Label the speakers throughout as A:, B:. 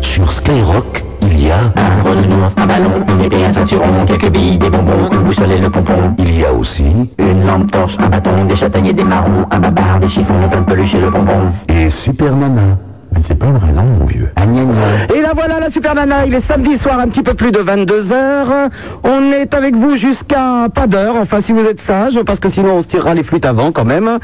A: sur Skyrock, il y a...
B: Un renounours, un ballon, une épée, un ceinturon, quelques billes, des bonbons, une boussole et le pompon.
A: Il y a aussi...
B: Une lampe torche, un bâton, des châtaigniers, des marrons, un babar, des chiffons, plein de peluche et le bonbon.
A: Et Super Nana.
B: Mais c'est pas une raison, mon vieux.
A: Ah, gna, gna.
C: Et la voilà, la super nana. Il est samedi soir, un petit peu plus de 22h. On est avec vous jusqu'à pas d'heure, enfin, si vous êtes sage, parce que sinon on se tirera les flûtes avant quand même.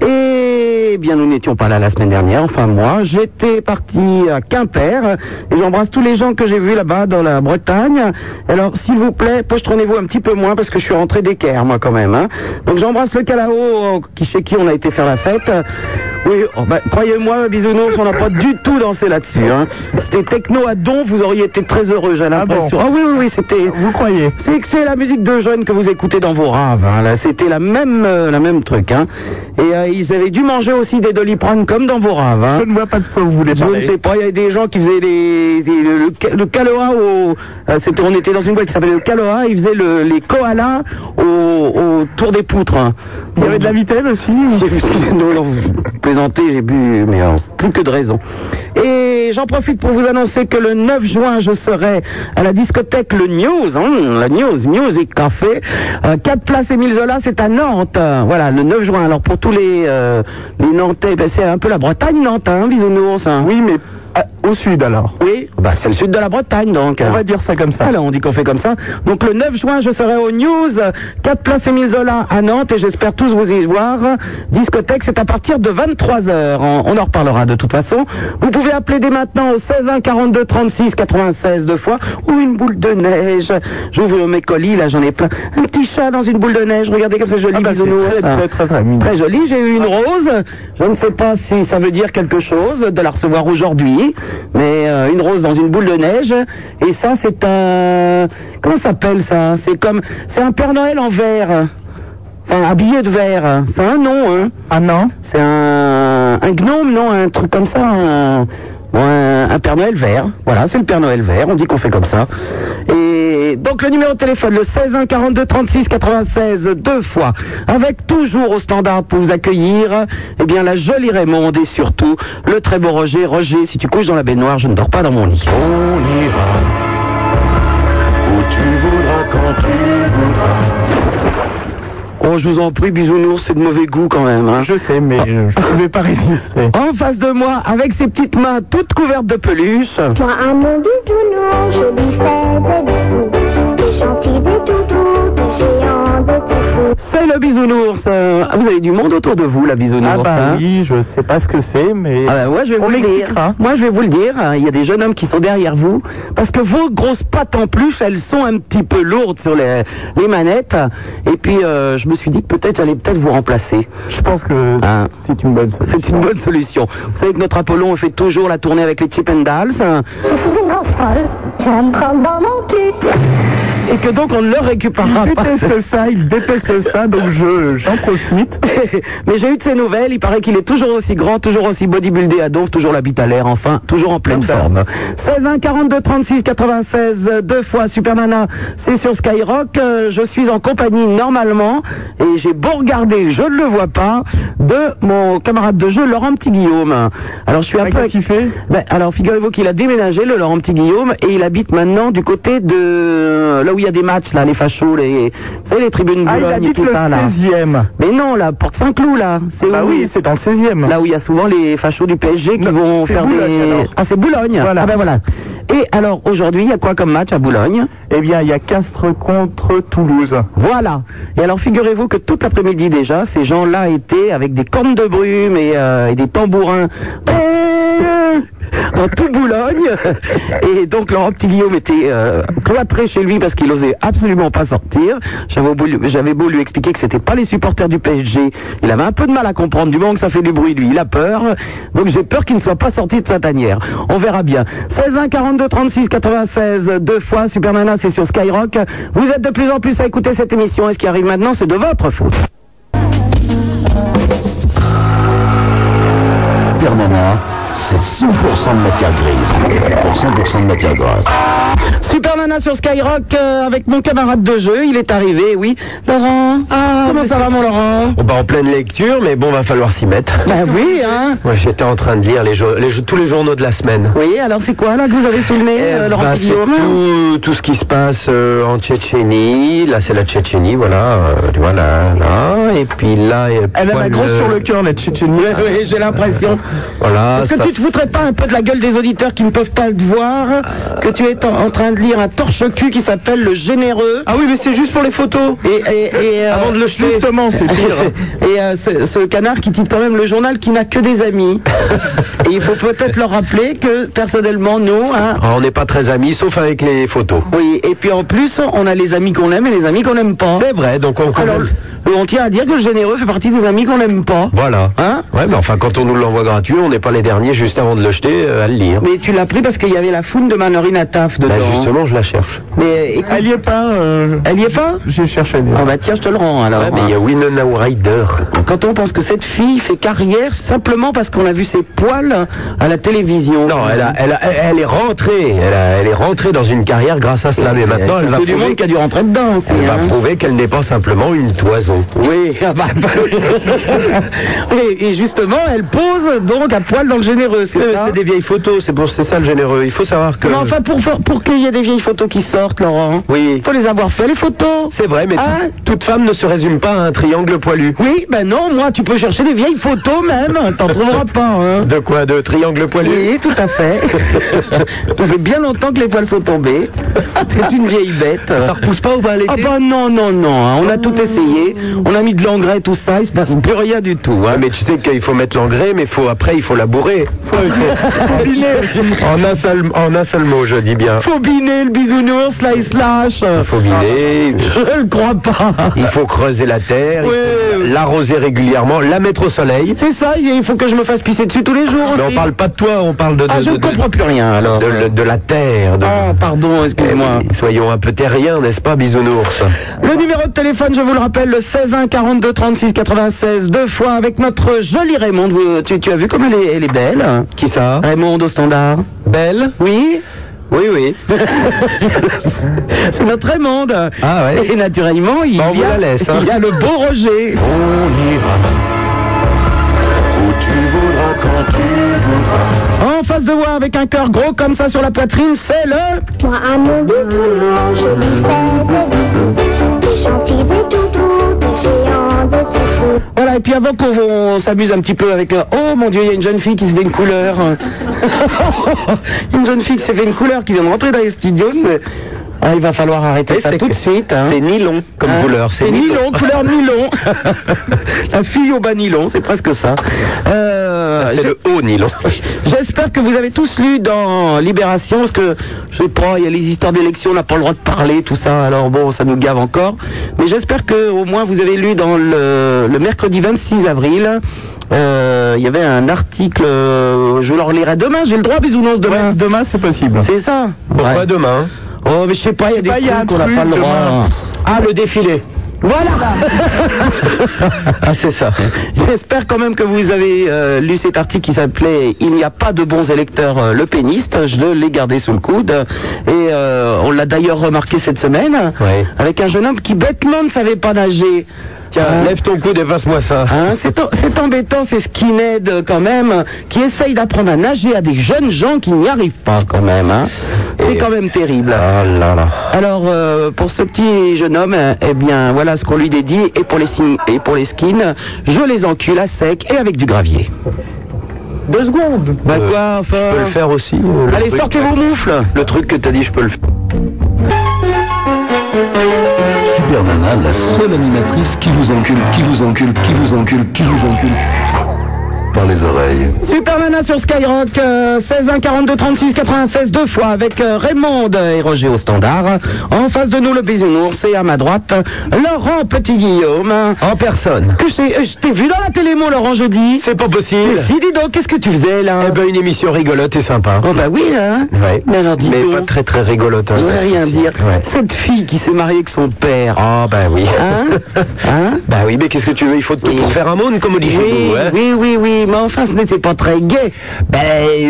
C: Et bien, nous n'étions pas là la semaine dernière, enfin, moi. J'étais parti à Quimper. Et j'embrasse tous les gens que j'ai vus là-bas dans la Bretagne. Alors, s'il vous plaît, pochetronnez-vous un petit peu moins parce que je suis rentré d'équerre, moi, quand même. hein. Donc, j'embrasse le Calao, euh, qui, chez qui on a été faire la fête. Oui, oh, bah, croyez-moi, bisounours, on n'a pas du tout dansé là-dessus. Hein. C'était techno à don, vous auriez été très heureux, j'ai l'impression. Ah oui, oui, oui, c'était... Vous croyez C'est que c'est la musique de jeunes que vous écoutez dans vos raves. Hein, là, c'était la même, euh, la même truc. Hein. Et euh, ils avaient dû manger aussi des doliprane comme dans vos raves. Hein.
D: Je ne vois pas de quoi vous voulez
C: Je ne
D: parler.
C: sais pas, il y avait des gens qui faisaient les, des- le, le, ca- le caloa au. euh, c'était- on était dans une boîte qui s'appelait le caloa, ils faisaient le- les koalas au, au tour des poutres. hein.
D: Il y avait de la vitelle aussi hein.
C: J'ai vu ce- non, non, vous plaisantez, j'ai bu, mais alors, plus que de raison. Et j'en profite pour vous annoncer que le 9 juin, je serai à la discothèque Le News, hein, la News, Music Café, euh, 4 places Émile Zola, c'est à Nantes. Euh, Voilà, le 9 juin. Alors pour tous les, euh, les Nantais, ben, c'est un peu la Bretagne, Nantes, hein, bisounours. hein.
D: Oui, mais à- au sud alors.
C: Oui, bah c'est le sud de la Bretagne donc.
D: On va dire ça comme ça.
C: Alors on dit qu'on fait comme ça. Donc le 9 juin, je serai aux News, 4 places Émile Zola à Nantes et j'espère tous vous y voir. Discothèque, c'est à partir de 23h. On on en reparlera de toute façon. Vous pouvez appeler dès maintenant au 16 1 42 36 96 deux fois ou une boule de neige. J'ouvre mes colis, là j'en ai plein. Un petit chat dans une boule de neige, regardez comme c'est joli.
D: Ah bah, c'est
C: bisounours.
D: très, très, très, très mignon.
C: Très joli, j'ai eu une rose. Je ne sais pas si ça veut dire quelque chose de la recevoir aujourd'hui, mais euh, une rose dans une boule de neige. Et ça, c'est un... Comment ça s'appelle ça C'est comme... C'est un Père Noël en verre. Enfin, habillé de verre. C'est un nom, hein
D: Ah non
C: C'est un... un gnome, non Un truc comme ça un... bon, un- un Père Noël vert. Voilà, c'est le Père Noël vert. On dit qu'on fait comme ça. Et donc le numéro de téléphone, le 16 1 42 36 96, deux fois, avec toujours au standard pour vous accueillir, eh bien la jolie Raymonde et surtout le très beau Roger. Roger, si tu couches dans la baignoire, je ne dors pas dans mon lit.
A: On ira où tu voudras, quand tu voudras.
C: Oh, je vous en prie, bisounours, c'est de mauvais goût quand même. hein.
D: Je sais, mais euh, je ne vais pas résister.
C: En face de moi, avec ses petites mains toutes couvertes de peluche.
E: Toi à mon bisounours, je lui fais des bisous. Des gentils, des toutous, des géants, des toutous.
C: C'est le bisounours. euh, ah, vous avez du monde autour de vous, la bisounours.
D: Ah bah
C: hein.
D: oui, je sais pas ce que c'est, mais...
C: Ah bah ouais, je vais
D: On
C: vous le dire.
D: l'expliquera.
C: Moi, je vais vous le dire. hein, Il y a des jeunes hommes qui sont derrière vous parce que vos grosses pattes en plus, elles sont un petit peu lourdes sur les, les manettes. Et puis, euh, je me suis dit que peut-être j'allais peut-être vous remplacer.
D: Je pense que c'est-
C: Ah.
D: c'est une bonne solution.
C: C'est une bonne solution. Vous savez que notre Apollon on fait toujours la tournée avec les Chippendales hein,
E: Je suis une grande folle, je me prends dans mon cul.
C: et que donc on ne le récupérera
D: Il
C: pas.
D: déteste ça, il déteste ça, donc je j'en profite.
C: Mais j'ai eu de ses nouvelles, il paraît qu'il est toujours aussi grand, toujours aussi bodybuildé à Donf, toujours l'habit à l'air, enfin, toujours en pleine forme. 16 1 42 36 96, euh, deux fois Supermana, c'est sur Skyrock, euh, je suis en compagnie normalement, et j'ai beau regarder, je ne le vois pas, de mon camarade de jeu, Laurent Petit-Guillaume. Alors je suis un
D: Ah,
C: peu...
D: Qu'est-ce qu'il fait
C: Ben, alors figurez-vous qu'il a déménagé le Laurent Petit Guillaume et il habite maintenant du côté de là où il y a des matchs là les fachos les vous savez les tribunes de
D: Ah, il
C: Boulogne et
D: habite
C: tout
D: le
C: ça là.
D: 16e.
C: Mais non, la porte Saint-Cloud, là. C'est
D: Bah
C: où-
D: oui, c'est dans le 16e.
C: Là où il y a souvent les fachos du PSG qui
D: Non,
C: vont
D: c'est
C: faire
D: Boulogne,
C: des.
D: alors.
C: Ah, c'est Boulogne.
D: Voilà.
C: Ah ben voilà. Et alors, aujourd'hui, il y a quoi comme match à Boulogne
D: Eh bien, il y a Castres contre Toulouse.
C: Voilà. Et alors, figurez-vous que toute l'après-midi déjà, ces gens-là étaient avec des cornes de brume et, euh, et des tambourins. Dans tout Boulogne. Et donc, Laurent Petit Guillaume était euh, cloîtré chez lui parce qu'il osait absolument pas sortir. J'avais beau, lui- j'avais beau lui expliquer que c'était pas les supporters du PSG. Il avait un peu de mal à comprendre du moment que ça fait du bruit, lui. Il a peur. Donc, j'ai peur qu'il ne soit pas sorti de sa tanière. On verra bien. 16 1 42 36 96 deux fois Supermana, c'est sur Skyrock. Vous êtes de plus en plus à écouter cette émission et ce qui arrive maintenant, c'est de votre faute.
A: Super Nana, c'est 100% de matière grise pour 100% de matière grasse.
C: Super Nana sur Skyrock euh, avec mon camarade de jeu, il est arrivé, oui. Laurent, ah, comment ça va mon Laurent
F: Bon, bah, en pleine lecture, mais bon, va falloir s'y mettre.
C: Bah oui, hein
F: Moi, j'étais en train de lire les jour- les jo- tous les journaux de la semaine.
C: Oui, alors c'est quoi là que vous avez sous le nez, euh, Laurent
F: Bah, c'est
C: Guillaume
F: tout, tout ce qui se passe euh, en Tchétchénie. Là, c'est la Tchétchénie, voilà. euh, voilà, là. Et puis là, il y a
C: Eh ben,
D: Elle a
F: poil
D: la grosse
C: euh,
F: de-
D: sur le cœur, la Tchétchénie.
C: Oui, j'ai l'impression.
F: Voilà.
C: Est-ce que
F: ça-
C: tu te foutrais pas un peu de la gueule des auditeurs qui ne peuvent pas te voir Que tu es en, en train de lire un torche-cul qui s'appelle Le Généreux
D: Ah oui, mais c'est juste pour les photos.
C: et, et- et, euh,
D: Avant de le jeter. Justement, c'est pire.
C: et euh, ce, ce canard qui titre quand même le journal qui n'a que des amis. et il faut peut-être leur rappeler que personnellement, nous, hein,
F: Ah, on n'est pas très amis, sauf avec les photos.
C: oui, et puis en plus, on a les amis qu'on aime et les amis qu'on n'aime pas.
F: C'est vrai, donc on.
C: Alors, on tient à dire que le généreux fait partie des amis qu'on n'aime pas.
F: Voilà.
C: Hein
F: Ouais, mais enfin, quand on nous l'envoie gratuit, on n'est pas les derniers juste avant de le jeter euh, à le lire.
C: Mais tu l'as pris parce qu'il y avait la foule de Manorina Taf dedans.
F: Là, justement, je la cherche.
C: Mais écoute,
D: Elle y est pas. euh,
C: elle y est pas
D: J'ai cherché. elle y est.
C: Ah bah tiens, je te le rends alors.
F: Ouais, mais il y a Winona Ryder.
C: Quand on pense que cette fille fait carrière simplement parce qu'on a vu ses poils à la télévision.
F: Non, elle, a- elle, a- elle est rentrée. Elle, a- elle est rentrée dans une carrière grâce à cela. Mais maintenant, elle va
C: tout du
F: prouver
C: monde qui a dû rentrer dedans. aussi,
F: Elle va
C: hein.
F: prouver qu'elle n'est pas simplement une toison.
C: Oui, ah bah, bah, oui. et, et justement, elle pose donc à poil dans le généreux, Euh, c'est Euh. ça
F: C'est des vieilles photos, c'est bon, c'est ça le généreux. Il faut savoir que.
C: Mais enfin, pour, faire- pour qu'il y ait des vieilles photos qui sortent, Laurent,
F: Oui.
C: faut les avoir fait, les photos.
F: C'est vrai, mais tout-
C: Ah.
F: toute femme ne se résume pas à un triangle poilu.
C: Oui, ben non, moi, tu peux chercher des vieilles photos même, t'en trouveras pas, hein.
F: De quoi De triangle poilu
C: Oui, tout à fait. Ça fait bien longtemps que les poils sont tombés. C'est une vieille bête.
F: Ça repousse pas ou pas à l'été
C: Ah bah non, non, non, hein. on a tout essayé, on a mis de l'engrais, tout ça, il se passe plus rien du tout.
F: Ouais,
C: hein.
F: mais tu sais qu'il faut mettre l'engrais, mais faut, après il faut labourer. en, un seul, en un seul mot, je dis bien.
C: Faut biner le bisounours, là il se lâche.
F: Faut
C: Ah,
F: biner,
C: Je le crois pas.
F: il faut creuser la terre, il
C: Oui,
F: faut
C: oui, oui.
F: l'arroser régulièrement, la mettre au soleil.
C: C'est ça, il faut que je me fasse pisser dessus tous les jours
F: Mais
C: aussi.
F: on parle pas de toi, on parle de, de,
C: Ah, je
F: de-
C: ne
F: de-
C: comprends plus rien alors.
F: de- de- de la terre. de-
C: Ah, pardon, excuse-moi.
F: Eh, Soyons un peu terriens, n'est-ce pas, bisounours
C: Le numéro de téléphone, je vous le rappelle, le 16 1 42 36 96, deux fois avec notre jolie Raymond. Vous- Tu, tu as vu comme elle est, elle est belle hein
F: Qui ça
C: Raymond au standard.
F: Belle
C: Oui
F: Oui, oui.
C: C'est notre Raymond.
F: Ah ouais
C: Et naturellement, il,
F: Bah, on
C: y,
F: vous
C: a,
F: la laisse, hein.
C: il y a le beau Roger.
A: On ira où tu voudras quand tu voudras.
C: En face de moi, avec un cœur gros comme ça sur la poitrine, c'est le...
E: Moi, à mon doux tournant, je lui fais des bisous. Des gentils, des toutous, des géants, des tout fous.
C: Voilà, et puis avant qu'on on s'amuse un petit peu avec... euh, Oh mon Dieu, il y a une jeune fille qui se fait une couleur. une jeune fille qui s'est fait une couleur, qui vient de rentrer dans les studios. c'est- Ah, il va falloir arrêter
F: Et
C: ça
F: c'est
C: tout de
F: que-
C: suite. hein.
F: C'est nylon comme
C: Hein,
F: couleur.
C: C'est nylon, couleur nylon. La fille au bas nylon, c'est presque ça. Euh,
F: Ah, C'est
C: j'ai-
F: le haut nylon.
C: J'espère que vous avez tous lu dans Libération, parce que, je sais pas, il y a les histoires d'élections, on n'a pas le droit de parler, tout ça, alors bon, ça nous gave encore. Mais j'espère que au moins vous avez lu dans le, le mercredi 26 avril, euh, il y avait un article, euh, je leur lirai demain, j'ai le droit, bisounours, demain.
D: Ouais, demain, c'est possible.
C: C'est ça
F: Pourquoi
C: Ouais.
F: demain
C: Oh, mais je sais pas, il y a des
D: pas, il y a
C: trucs
D: un
C: qu'on n'a
D: truc
C: pas le droit.
D: demain.
C: Ah, le défilé. Voilà
F: Ah, c'est ça.
C: J'espère quand même que vous avez euh, lu cet article qui s'appelait Il n'y a pas de bons électeurs, euh, le péniste. Je l'ai gardé sous le coude. Et euh, on l'a d'ailleurs remarqué cette semaine
F: Ouais.
C: avec un jeune homme qui bêtement ne savait pas nager.
F: Tiens,
C: Hein,
F: Ah. lève ton coude et passe-moi ça.
C: hein, c'est en- c'est embêtant, c'est skinhead euh, quand même, qui essaye d'apprendre à nager à des jeunes gens qui n'y arrivent pas quand même. hein. C'est quand même terrible.
F: Ah là là.
C: Alors euh, pour ce petit jeune homme, euh, eh bien voilà ce qu'on lui dédie et pour les signes et pour les skins, je les encule à sec et avec du gravier. Deux secondes. Bah
F: Euh,
C: quoi enfin.
F: Je peux le faire aussi euh, le
C: Allez
F: truc-
C: sortez vos moufles.
F: Le truc que t'as dit, je peux le faire.
G: Super Nana, la seule animatrice qui vous encule, qui vous encule, qui vous encule, qui vous encule. Par les oreilles.
C: Supermana sur Skyrock, euh, 16 1 42 36 96 deux fois avec euh, Raymond et Roger au standard. En face de nous le bisounours et à ma droite Laurent Petit Guillaume.
F: En personne.
C: Que je sais- je t'ai vu dans la télé mon Laurent jeudi.
F: C'est pas possible.
C: Si dis donc qu'est-ce que tu faisais là
F: Eh ben, une émission rigolote et sympa.
C: Oh bah oui hein.
F: Ouais.
C: Mais alors dis
F: Mais
C: donc.
F: pas très très rigolote. hein,
C: Je
F: ça.
C: voudrais rien dire.
F: Ouais.
C: Cette fille qui s'est mariée avec son père.
F: Ah bah oui.
C: Hein Hein
F: Bah oui, mais qu'est-ce que tu veux Il faut tout
C: Oui.
F: pour faire un monde, comme on dit chez
C: oui,
F: nous, hein.
C: oui, oui, oui, oui, mais enfin, ce n'était pas très gai.
F: Ben,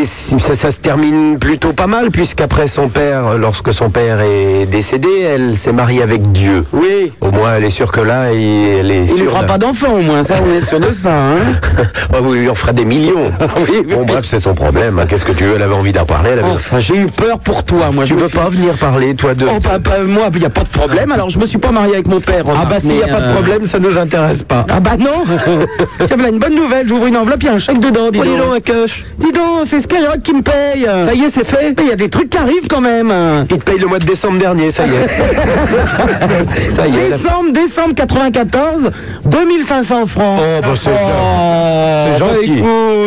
F: si- ça, ça se termine plutôt pas mal, puisqu'après son père, euh, lorsque son père est décédé, elle s'est mariée avec Dieu.
C: Oui.
F: Au moins, elle est sûre que là, il, elle est
C: Il n'y
F: sûre
C: aura
F: de-
C: pas d'enfant, au moins, ça, on est sûr de ça, hein.
F: Ah, vous lui en ferez des millions.
C: oui, oui.
F: Bon, bref, c'est son problème. hein. Qu'est-ce que tu veux Elle avait envie d'en parler. Elle avait...
C: Enfin, j'ai eu peur pour toi, moi.
F: tu
C: je me
F: veux
C: suis-
F: pas venir parler, toi, de...
C: Oh, pas- pas- moi, il n'y a pas de problème, alors je me suis pas marié avec mon père. euh,
F: Ah, bah, s'il n'y a pas de problème, ça nous intéresse pas.
C: Ah bah non Tiens, voilà une bonne nouvelle, j'ouvre une enveloppe, il y a un chèque dedans, dis
F: Oh, dis
C: donc.
F: donc, un coche.
C: Dis donc, c'est Skyrock qui me paye
F: Ça y est, c'est fait
C: Il y a des trucs qui arrivent quand même
F: Il te paye le mois de décembre dernier, ça y est. ça y est. la-
C: Décembre, décembre 94, 2500 francs
F: Oh, bah, c'est
C: Oh,
F: c'est gentil.
C: bah,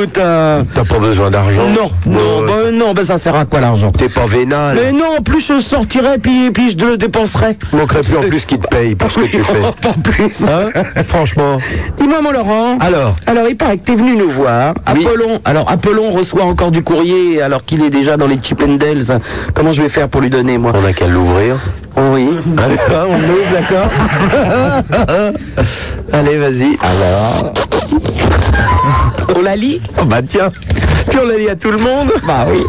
C: écoute euh,
F: T'as pas besoin d'argent
C: Non, non,
F: Euh,
C: bah, non, bah ça sert à quoi l'argent
F: T'es pas vénal.
C: Mais non, en plus je sortirais, puis, puis je le dépenserais
F: Je manquerais plus en plus qu'il te paye pour ce que tu fais.
C: Pas plus
F: Hein Franchement.
C: Dis-moi mon Laurent
F: Alors
C: Eh, Alors, il paraît que t'es venu nous voir.
F: Oui.
C: Apollon. Alors, Apollon reçoit encore du courrier alors qu'il est déjà dans les Chippendales. Comment je vais faire pour lui donner, moi Oh,
F: On a qu'à l'ouvrir.
C: Oui.
F: Allez, hein, on l'ouvre, d'accord Allez, vas-y. Alors
C: On la lit
F: Oh bah tiens Puis on l'a dit à tout le monde
C: Bah oui.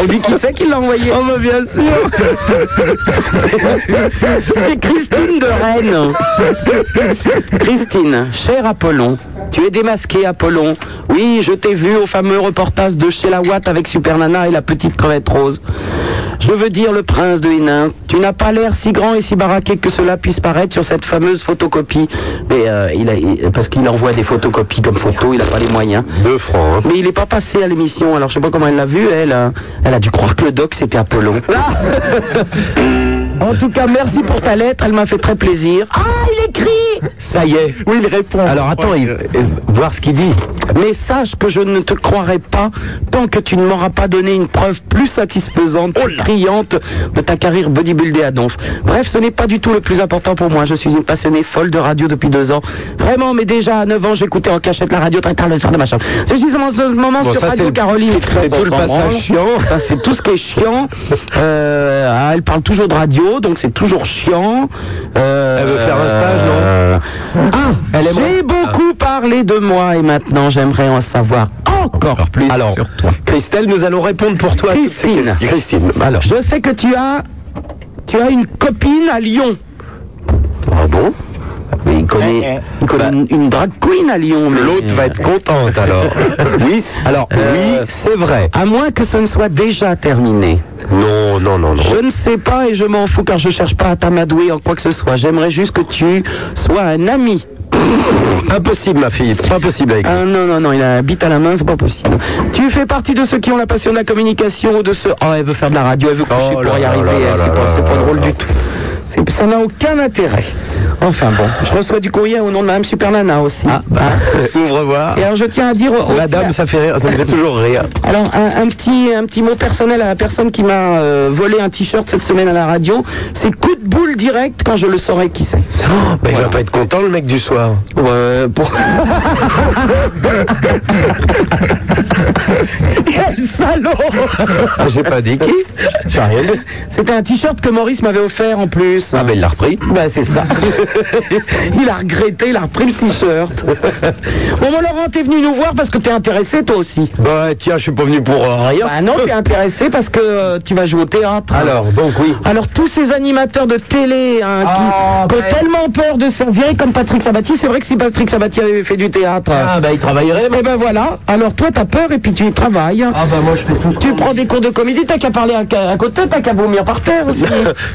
C: On dit qui c'est qui l'a envoyé
F: Oh bah bien sûr
C: C'est Christine de Rennes. Christine, cher Apollon, tu es démasqué, Apollon. Oui, je t'ai vu au fameux reportage de chez la Watt avec Super Nana et la petite crevette rose. Je veux dire le prince de Hénin, tu n'as pas l'air si grand et si baraqué que cela puisse paraître sur cette fameuse photocopie. Mais euh, il a, il- parce qu'il envoie des photocopies comme photo, il n'a pas les moyens.
F: Deux francs, hein.
C: Mais il n'est pas passé à l'émission, alors je sais pas comment elle l'a vu, elle. hein. Elle a dû croire que le doc c'était Apollon. en tout cas, merci pour ta lettre, elle m'a fait très plaisir. Ah, il écrit
F: Ça y est
C: Oui, il répond.
F: Alors attends, il- euh, voir ce qu'il dit.
C: Mais sache que je ne te croirai pas tant que tu ne m'auras pas donné une preuve plus satisfaisante,
F: Oh
C: plus brillante de ta carrière bodybuildée à Donf. Bref, ce n'est pas du tout le plus important pour moi. Je suis une passionnée folle de radio depuis deux ans. Vraiment, mais déjà à 9 ans, j'écoutais en cachette la radio très tard le soir de ma chambre. Je suis en ce moment
F: Bon,
C: sur
F: ça,
C: Radio
F: c'est-
C: Caroline.
F: c'est tout le
C: On s'en
F: passage
C: branle.
F: chiant.
C: Ça, c'est tout ce qui est chiant. Euh, ah, elle parle toujours de radio, donc c'est toujours chiant. Euh,
F: Elle veut faire un stage, non
C: euh, ah, J'ai beaucoup
F: Ah.
C: parlé de moi et maintenant j'aimerais en savoir encore plus
F: Alors,
C: sur toi.
F: Christelle, nous allons répondre pour toi. à toutes ces
C: Christine.
F: questions. Christine, alors.
C: Je sais que tu as, tu as une copine à Lyon.
F: Ah bon
C: Mais il
F: Eh,
C: connaît, il
F: Bah.
C: connaît une, une drag queen à Lyon. mais-
F: L'autre va être contente alors. oui, c- alors
C: Euh,
F: oui, c'est vrai.
C: À moins que ce ne soit déjà terminé.
F: Non, non, non, non.
C: Je ne sais pas et je m'en fous car je cherche pas à t'amadouer en quoi que ce soit. J'aimerais juste que tu sois un ami.
F: Impossible, ma fille. Pas possible avec.
C: Ah non, non, non, il a un bite à la main, c'est pas possible. Tu fais partie de ceux qui ont la passion de la communication ou de ceux. Oh, elle veut faire de la radio, elle veut coucher
F: Oh là
C: pour y
F: là
C: arriver,
F: là
C: elle,
F: là
C: c'est pas,
F: là
C: c'est pas
F: là
C: drôle
F: là.
C: du tout. C'est- Ça n'a aucun intérêt. Enfin bon, je reçois du courrier au nom de Madame Supernana aussi.
F: Ah, bah. Ouvre voir.
C: Et alors je tiens à dire au- au-
F: Madame, ça fait rire, ça me fait toujours rire.
C: alors un, un petit un petit mot personnel à la personne qui m'a euh, volé un t-shirt cette semaine à la radio, c'est coup de boule direct quand je le saurai qui c'est.
F: Bah, il va pas être content le mec du soir.
C: Ouais, pour... Quel salaud
F: Ah, j'ai pas dit qui. J'ai rien dit.
C: C'était un t-shirt que Maurice m'avait offert en plus.
F: Ah ben il l'a repris.
C: Bah c'est ça. il a regretté, il a repris le t-shirt. bon, mon Laurent, t'es venu nous voir parce que t'es intéressé toi aussi.
F: Bah tiens, je suis pas venu pour euh, rien.
C: Bah non, t'es intéressé parce que euh, tu vas jouer au théâtre.
F: Alors, donc oui.
C: Alors tous ces animateurs de télé hein,
F: Ah,
C: qui qui ont
F: ouais.
C: tellement peur de se faire virer comme Patrick Sabatier, c'est vrai que si Patrick Sabatier avait fait du théâtre...
F: Ah bah il travaillerait.
C: Et ben voilà, alors toi t'as peur et puis tu y travailles.
F: Ah bah moi je fais tout.
C: Tu prends des cours de comédie, t'as qu'à parler à, à côté, t'as qu'à vomir par terre aussi.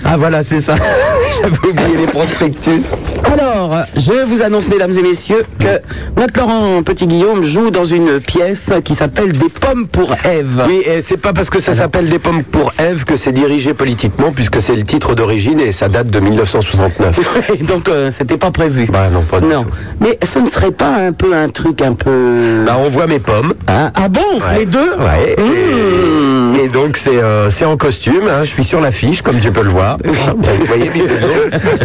F: Ah voilà, c'est ça. J'avais oublié les prospectus.
C: Alors, je vous annonce, mesdames et messieurs, que notre Laurent Petit Guillaume joue dans une pièce qui s'appelle Des pommes pour Ève.
F: Oui, et c'est pas parce que ça s'appelle Des pommes pour Ève que c'est dirigé politiquement, puisque c'est le titre d'origine et ça date de 1969.
C: Et Donc, euh, c'était pas prévu.
F: bah non, pas du
C: non.
F: tout.
C: Mais ce ne serait pas un peu un truc un peu. euh,
F: Bah on voit mes pommes.
C: Hein ah bon
F: Ouais.
C: Les deux
F: Ouais.
C: Mmh.
F: Et, et donc c'est euh, c'est en costume, hein, je suis sur l'affiche, comme tu peux le voir. Vous voyez, bisous.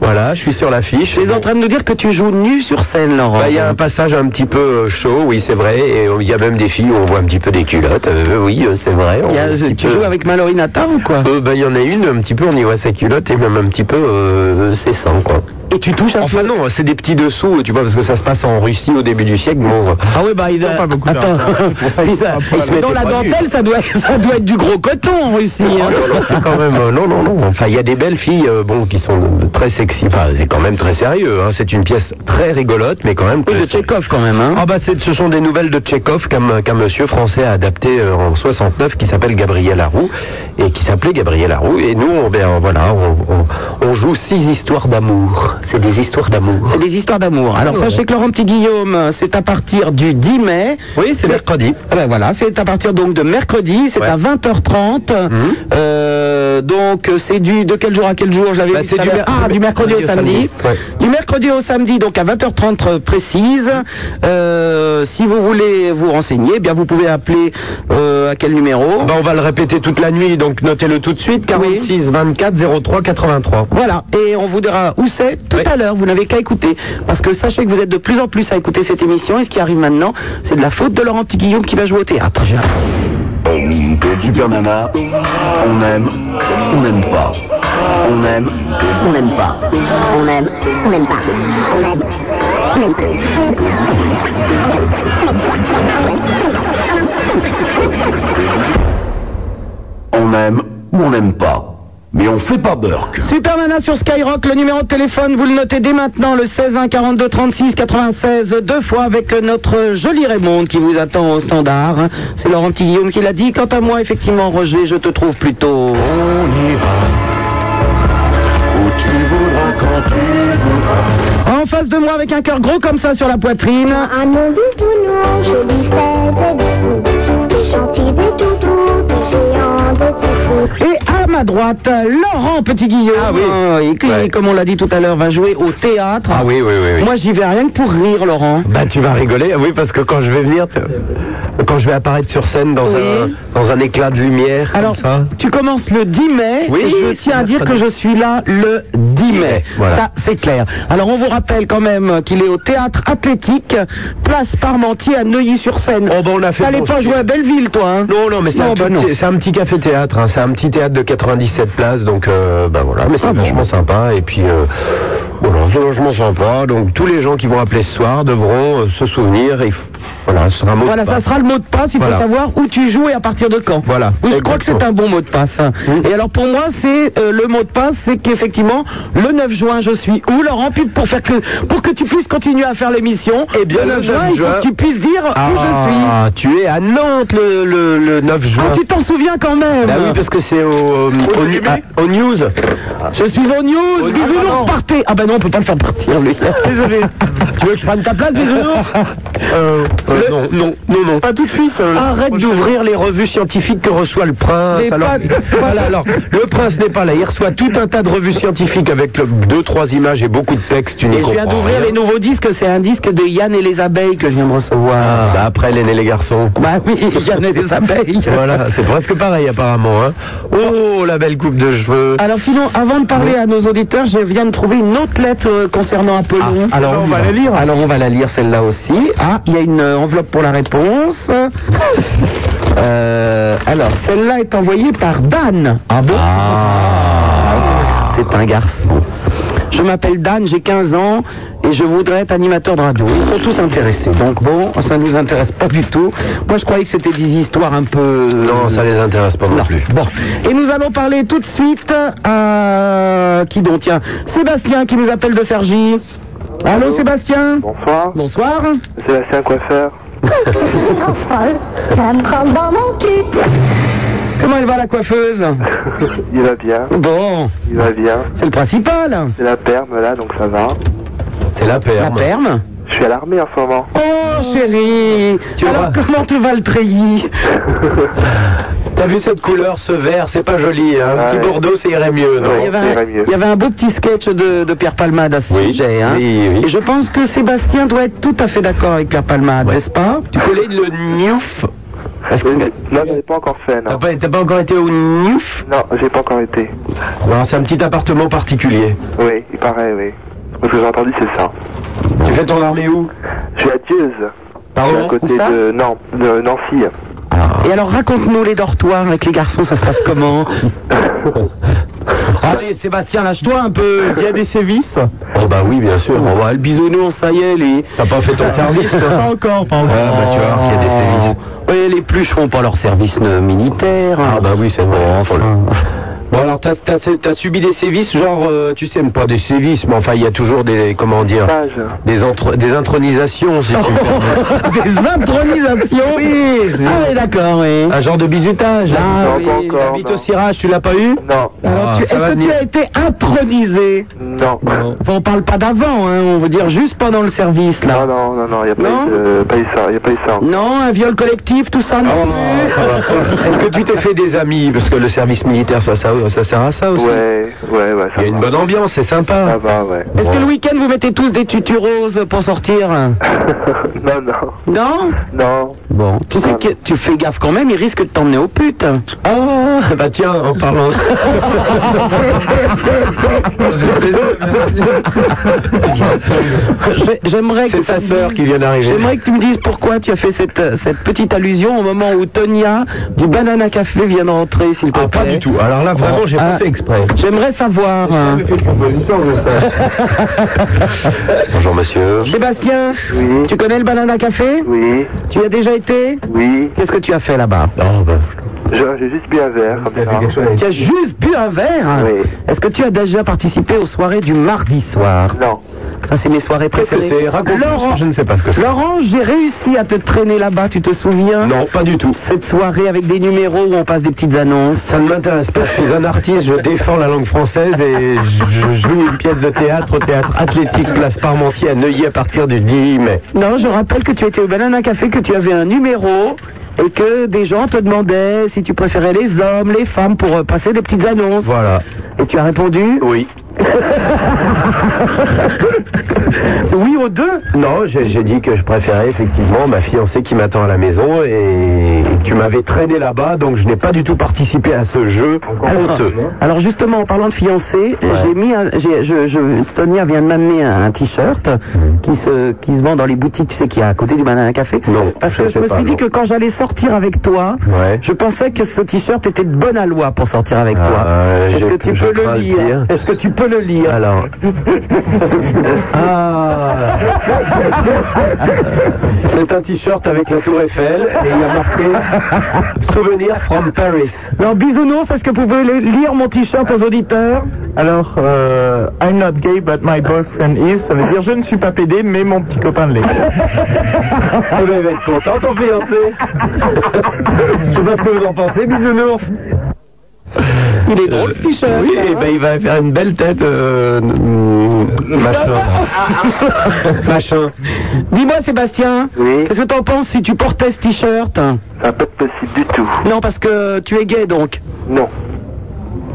F: voilà, je suis sur l'affiche.
C: Tu es en train de nous dire que tu joues nu sur scène, Laurent.
F: Bah, il y a un passage un petit peu euh, chaud, oui, c'est vrai, et euh, il y a même des filles où on voit un petit peu des culottes, euh, oui, euh, c'est vrai. on
C: Il y a-
F: voit un petit
C: tu
F: peu-
C: joues avec Mallory Nathan ou quoi
F: Euh, bah, il y en a une, un petit peu, on y voit sa culotte et même un petit peu euh, ses seins, quoi.
C: Et Et tu touches un
F: Enfin
C: peu.
F: non, c'est des petits dessous, tu vois, parce que ça se passe en Russie au début du siècle. Bon,
C: Ah oui, bah ils
D: ont pas beaucoup
C: Attends,
D: d'argent. Pour ça, ils
C: Ils a-
D: sont pas
C: ils se
D: mal.
C: mettaient dans la
F: pas nus.
C: dentelle, ça doit, ça doit être du gros coton en Russie. hein.
F: non, non, Oh c'est quand même euh, non, non, non. Enfin, il y a des belles filles, euh, bon, qui sont euh, très sexy. Enfin, c'est quand même très sérieux. Hein. C'est une pièce très rigolote, mais quand même.
C: Oui,
F: très
C: de Tchekhov quand même. Hein.
F: Ah bah c'est- ce sont des nouvelles de Tchekhov qu'un qu'un monsieur français a adapté euh, en 69 qui s'appelle Gabriel Haroux et qui s'appelait Gabriel Haroux et nous on, ben, voilà on, on- on joue six histoires d'amour c'est des histoires d'amour
C: C'est des histoires d'amour. Alors sachez que Laurent Petit Guillaume, c'est à partir du 10 mai.
F: oui c'est mercredi
C: Ah ben voilà, c'est à partir donc de mercredi, c'est
F: Ouais. Mhm.
C: à 20h30. Euh, donc euh, c'est du de quel jour à quel jour je l'avais
F: Bah,
C: dit
F: c'est
C: tout à
F: du
C: l'heure.
F: mer-
C: ah, du mercredi au samedi.
F: Ouais.
C: Du mercredi au samedi donc à 20h30 précise. Euh, si vous voulez vous renseigner, eh bien vous pouvez appeler euh, à quel numéro
F: Bah, on va le répéter toute la nuit donc notez-le tout de suite 46 24 03 83
C: Voilà, et on vous dira où c'est tout
F: Oui.
C: à l'heure, vous n'avez qu'à écouter. Parce que sachez que vous êtes de plus en plus à écouter cette émission, et ce qui arrive maintenant, c'est de la faute de Laurent Petit-Guillaume qui va jouer au théâtre.
A: Super Nana, on aime, on n'aime pas. On aime, on n'aime pas.
E: On aime, on n'aime pas. On aime, on n'aime pas.
A: On aime ou on n'aime pas. Mais on fait pas Burke.
C: Supermana sur Skyrock, le numéro de téléphone, vous le notez dès maintenant, le 16 1 42 36 96, deux fois avec notre joli Raymond qui vous attend au standard. C'est Laurent Petit-Guillaume qui l'a dit. Quant à moi, effectivement, Roger, je te trouve plutôt...
A: On ira où tu voudras quand tu voudras.
C: En face de moi, avec un cœur gros comme ça sur la poitrine...
E: Un mon bisounours, je lui fais des bisous. Des gentils, des toutous, des géants, des toutous.
C: Et à ma droite, Laurent Petit-Guillaume.
F: Ah oui.
C: Euh, et qui,
F: Ouais.
C: comme on l'a dit tout à l'heure, va jouer au théâtre.
F: ah oui oui oui, oui.
C: Moi, j'y vais rien que pour rire, Laurent.
F: Bah tu vas rigoler, oui parce que quand je vais venir, tu- quand je vais apparaître sur scène dans,
C: Oui.
F: un, dans un éclat de lumière,
C: Alors,
F: comme ça.
C: tu commences le 10 mai.
F: Oui,
C: et je
F: c'est
C: tiens à dire que
F: mercredi.
C: je suis là le 10 mai.
F: Voilà.
C: Ça, c'est clair. Alors, on vous rappelle quand même qu'il est au théâtre athlétique, place Parmentier à Neuilly-sur-Seine.
F: Oh, bah, on a fait
C: T'allais
F: bon
C: pas
F: suivi.
C: jouer à Belleville, toi, hein
F: Non, non, mais c'est
C: Non,
F: un,
C: bah
F: tout
C: non.
F: petit- c'est un petit café-théâtre. hein. C'est un petit théâtre de 97 places, donc euh, bah voilà, mais c'est
C: Ah
F: vachement sympa. Et puis, euh, voilà, c'est vachement sympa. Donc tous les gens qui vont appeler ce soir devront euh, se souvenir. Et f- voilà, ce sera un mot de
C: Voilà, ça
F: passe.
C: sera le mot de passe. Il
F: Voilà.
C: faut savoir où tu joues et à partir de quand.
F: Voilà,
C: Oui, je crois que c'est
F: exactement.
C: un bon mot de passe. Et alors pour moi, c'est euh, le mot de passe, c'est qu'effectivement le 9 juin, je suis où Laurent Puis pour faire que pour que tu puisses continuer à faire l'émission.
F: Eh bien,
C: le 9 juin, il faut
F: juin-
C: que tu puisses dire où je suis.
F: Ah, tu es à Nantes le, le, le 9 juin.
C: Ah, tu t'en souviens Ah quand même
F: Euh. Bah oui, parce que c'est au, euh, au, nu- à- au news.
C: Je suis aux news,
F: news.
C: bisounours,
F: Ah, non.
C: partez Ah ben non, on peut pas le faire partir, Ah, lui.
F: Désolé.
C: tu veux que je prenne ta place, bisounours
F: Euh, euh, non, non, non, non.
D: Pas tout de suite. euh,
F: Arrête d'ouvrir les revues scientifiques que reçoit le prince.
C: Les
F: Alors,
C: pattes.
F: voilà, alors, le prince n'est pas là. Il reçoit tout un tas de revues scientifiques avec le- deux, trois images et beaucoup de textes. Tu n'y
C: Et je viens
F: comprends
C: d'ouvrir
F: rien.
C: les nouveaux disques, c'est un disque de Yann et les abeilles que je viens de recevoir.
F: Ah, bah après, l'aîné les garçons.
C: Bah oui, Yann et les abeilles.
F: Voilà, c'est presque pareil apparemment. Hein. Oh, la belle coupe de cheveux.
C: Alors sinon, avant de parler à nos auditeurs, je viens de trouver une autre lettre euh, concernant Apollon.
F: Ah, alors, on va la
C: lire. Alors on va la lire celle-là aussi. Ah, il y a une euh, enveloppe pour la réponse. Euh, alors celle-là est envoyée par Dan. Ah bon Ah. C'est un garçon. Je m'appelle Dan, j'ai 15 ans et je voudrais être animateur de radio. Ils sont tous intéressés. Donc bon, ça ne nous intéresse pas du tout. Moi je croyais que c'était des histoires un peu... euh,
F: Non, ça les intéresse pas non plus.
C: Bon, et nous allons parler tout de suite à qui donc Tiens, Sébastien qui nous appelle de Sergi. Allô, Sébastien
H: Bonsoir,
C: Bonsoir.
H: Sébastien Coiffeur.
E: Oh, folle, ça me prend dans mon cul.
C: Comment elle va la coiffeuse
H: Il va bien,
C: Bon,
H: il va bien.
C: c'est le principal.
H: C'est la perme là, donc ça va.
F: C'est la
C: La
F: perme.
C: perme.
H: Je suis à l'armée en ce moment.
C: Oh chérie, alors
F: vois.
C: comment te va le treillis
F: T'as vu cette couleur, ce vert, c'est pas joli. Hein. Un
H: Ouais.
F: petit bordeaux, ça irait mieux. Non
H: Ouais.
C: il, y avait un,
H: irait mieux.
C: il y avait un beau petit sketch de, de Pierre Palmade à ce
F: Oui,
C: sujet. Hein.
F: oui, oui.
C: Et je pense que Sébastien doit être tout à fait d'accord avec Pierre Palmade, n'est-ce pas
F: Tu connais le niouf
H: Là, je n'ai pas encore fait,
F: T'as
H: non.
F: pas, t'as pas encore été au niouf
H: Non, j'ai pas encore été.
F: Non, c'est un petit appartement particulier.
H: Oui, il paraît, oui. Ce que j'ai entendu, c'est ça.
F: Tu fais ton armée où
H: Je suis à Dieuze. Je suis
F: Pardon
H: à côté
C: où ça
H: de, non, de Nancy.
C: Et alors raconte-nous les dortoirs avec les garçons, ça se passe comment Allez, Sébastien, lâche-toi un peu.
D: Il y a des sévices
F: Oh bah oui, bien sûr.
C: On va le bisounours, ça y est, les.
F: T'as pas fait ton service, toi
D: Pas encore, pas encore.
F: Ah, bah tu vois, il y a des sévices.
C: Oui, Oh. les pluches font pas leur service euh, militaire.
F: Ah bah oui, c'est vrai. faut le- Bon alors, t'as t'as- t'as subi des sévices, genre, euh, tu sais, pas des sévices, mais enfin, il y a toujours des, comment dire,
H: Page.
F: des, entre- des intronisations, si tu veux.
C: Des intronisations. Oui. Ah, oui, d'accord, oui.
F: Un genre de bisutage.
C: Ah,
H: Non,
C: oui,
H: pas encore,
C: la bite
H: non.
C: au cirage, tu l'as pas eu
H: Non,
C: Alors,
F: Ah,
C: tu-
F: ça
C: est-ce
F: va
C: que tu
F: venir.
C: as été intronisé
H: non. Non,
C: Enfin, on parle pas d'avant, hein, on veut dire juste pendant le service, là.
H: non, non, non, il n'y a pas
C: Non
H: eu de- pas eu ça. Il a pas eu ça.
C: Non, un viol collectif, tout ça, non plus
F: Est-ce que tu t'es fait des amis Parce que le service militaire, ça, ça, ça sert à ça aussi.
H: Ouais, ouais, ouais,
F: Il
H: ça
F: y a une
H: va.
F: bonne ambiance, c'est
H: Ça
F: sympa.
H: va, ouais.
C: Est-ce que le week-end, vous mettez tous des tutus roses pour sortir
H: Non, non,
C: Non
H: non.
C: Bon, tu sais que tu fais gaffe quand même, il risque de t'emmener aux putes.
F: Ah, bah tiens, en parlant.
C: J'ai- J'aimerais que
F: c'est sa sœur qui vient d'arriver.
C: J'aimerais que tu me dises pourquoi tu as fait cette, euh, cette petite allusion au moment où Tonia du Banana Café vient d'entrer, s'il te
F: Ah,
C: plaît.
F: pas du tout. Alors là, vraiment, j'ai
C: Ah.
F: pas fait exprès.
C: J'aimerais savoir.
F: Ah.
C: hein.
F: Bonjour, monsieur.
C: Sébastien,
H: Oui.
C: tu connais le Banana Café
H: Oui,
C: Tu y as déjà été
H: oui.
C: Qu'est-ce que tu as fait là-bas
F: Oh, bah,
H: Je- J'ai juste bu un verre, comme ça.
C: Tu as juste bu un verre hein.
H: Oui.
C: Est-ce que tu as déjà participé aux soirées du mardi soir
H: Non.
C: Ça, c'est mes soirées
F: Qu'est-ce que
C: préférées.
F: c'est Raconte.
C: Laurent,
F: Je ne sais pas ce que c'est.
C: Laurent, j'ai réussi à te traîner là-bas, tu te souviens
F: Non, pas du tout.
C: Cette soirée avec des numéros où on passe des petites annonces.
F: Ça ne m'intéresse pas. Je suis un artiste, je défends la langue française et je, je joue une pièce de théâtre au théâtre athlétique Place Parmentier à Neuilly à partir du 10 mai.
C: Non, je rappelle que tu étais au Banana Café, que tu avais un numéro et que des gens te demandaient si tu préférais les hommes, les femmes pour euh, passer des petites annonces.
F: Voilà.
C: Et tu as répondu
F: Oui.
C: oui aux deux.
F: Non, j'ai j'ai dit que je préférais effectivement ma fiancée qui m'attend à la maison et, et tu m'avais traîné là-bas, donc je n'ai pas du tout participé à ce jeu honteux.
C: Alors justement, en parlant de fiancé, j'ai mis un, j'ai, je, je, Tonia vient de m'amener un, un t-shirt qui se, qui se vend dans les boutiques, tu sais, qui est à côté du Banana Café.
F: Non,
C: Parce
F: je
C: que je
F: sais
C: me
F: pas,
C: suis dit
F: non.
C: que quand j'allais sortir avec toi,
F: Ouais.
C: je pensais que ce t-shirt était de bonne aloi pour sortir avec toi.
F: Euh,
C: Est-ce
F: j'ai-
C: que tu
F: je
C: peux
F: crains
C: le
F: de
C: lire
F: dire.
C: Est-ce que tu peux le lire
F: Alors. Ah. C'est un t-shirt avec la tour Eiffel et il y a marqué Souvenir from Paris.
C: Alors bisounours, est-ce que vous pouvez le- lire mon t-shirt aux auditeurs
D: Alors, euh, I'm not gay, but my boyfriend is. Ça veut dire je ne suis pas pédé, mais mon petit copain l'est.
F: Vous devez être content, ton fiancé. Je sais pas ce que vous en pensez, bisounours.
C: Il est drôle ce t-shirt.
F: Oui, et ben il va faire une belle tête. euh, mm, machin. machin.
C: Dis-moi Sébastien,
H: Oui.
C: qu'est-ce que t'en penses si tu portais ce t-shirt
H: Ça peut Ah, pas être possible du tout.
C: Non, parce que tu es gay donc.
H: Non.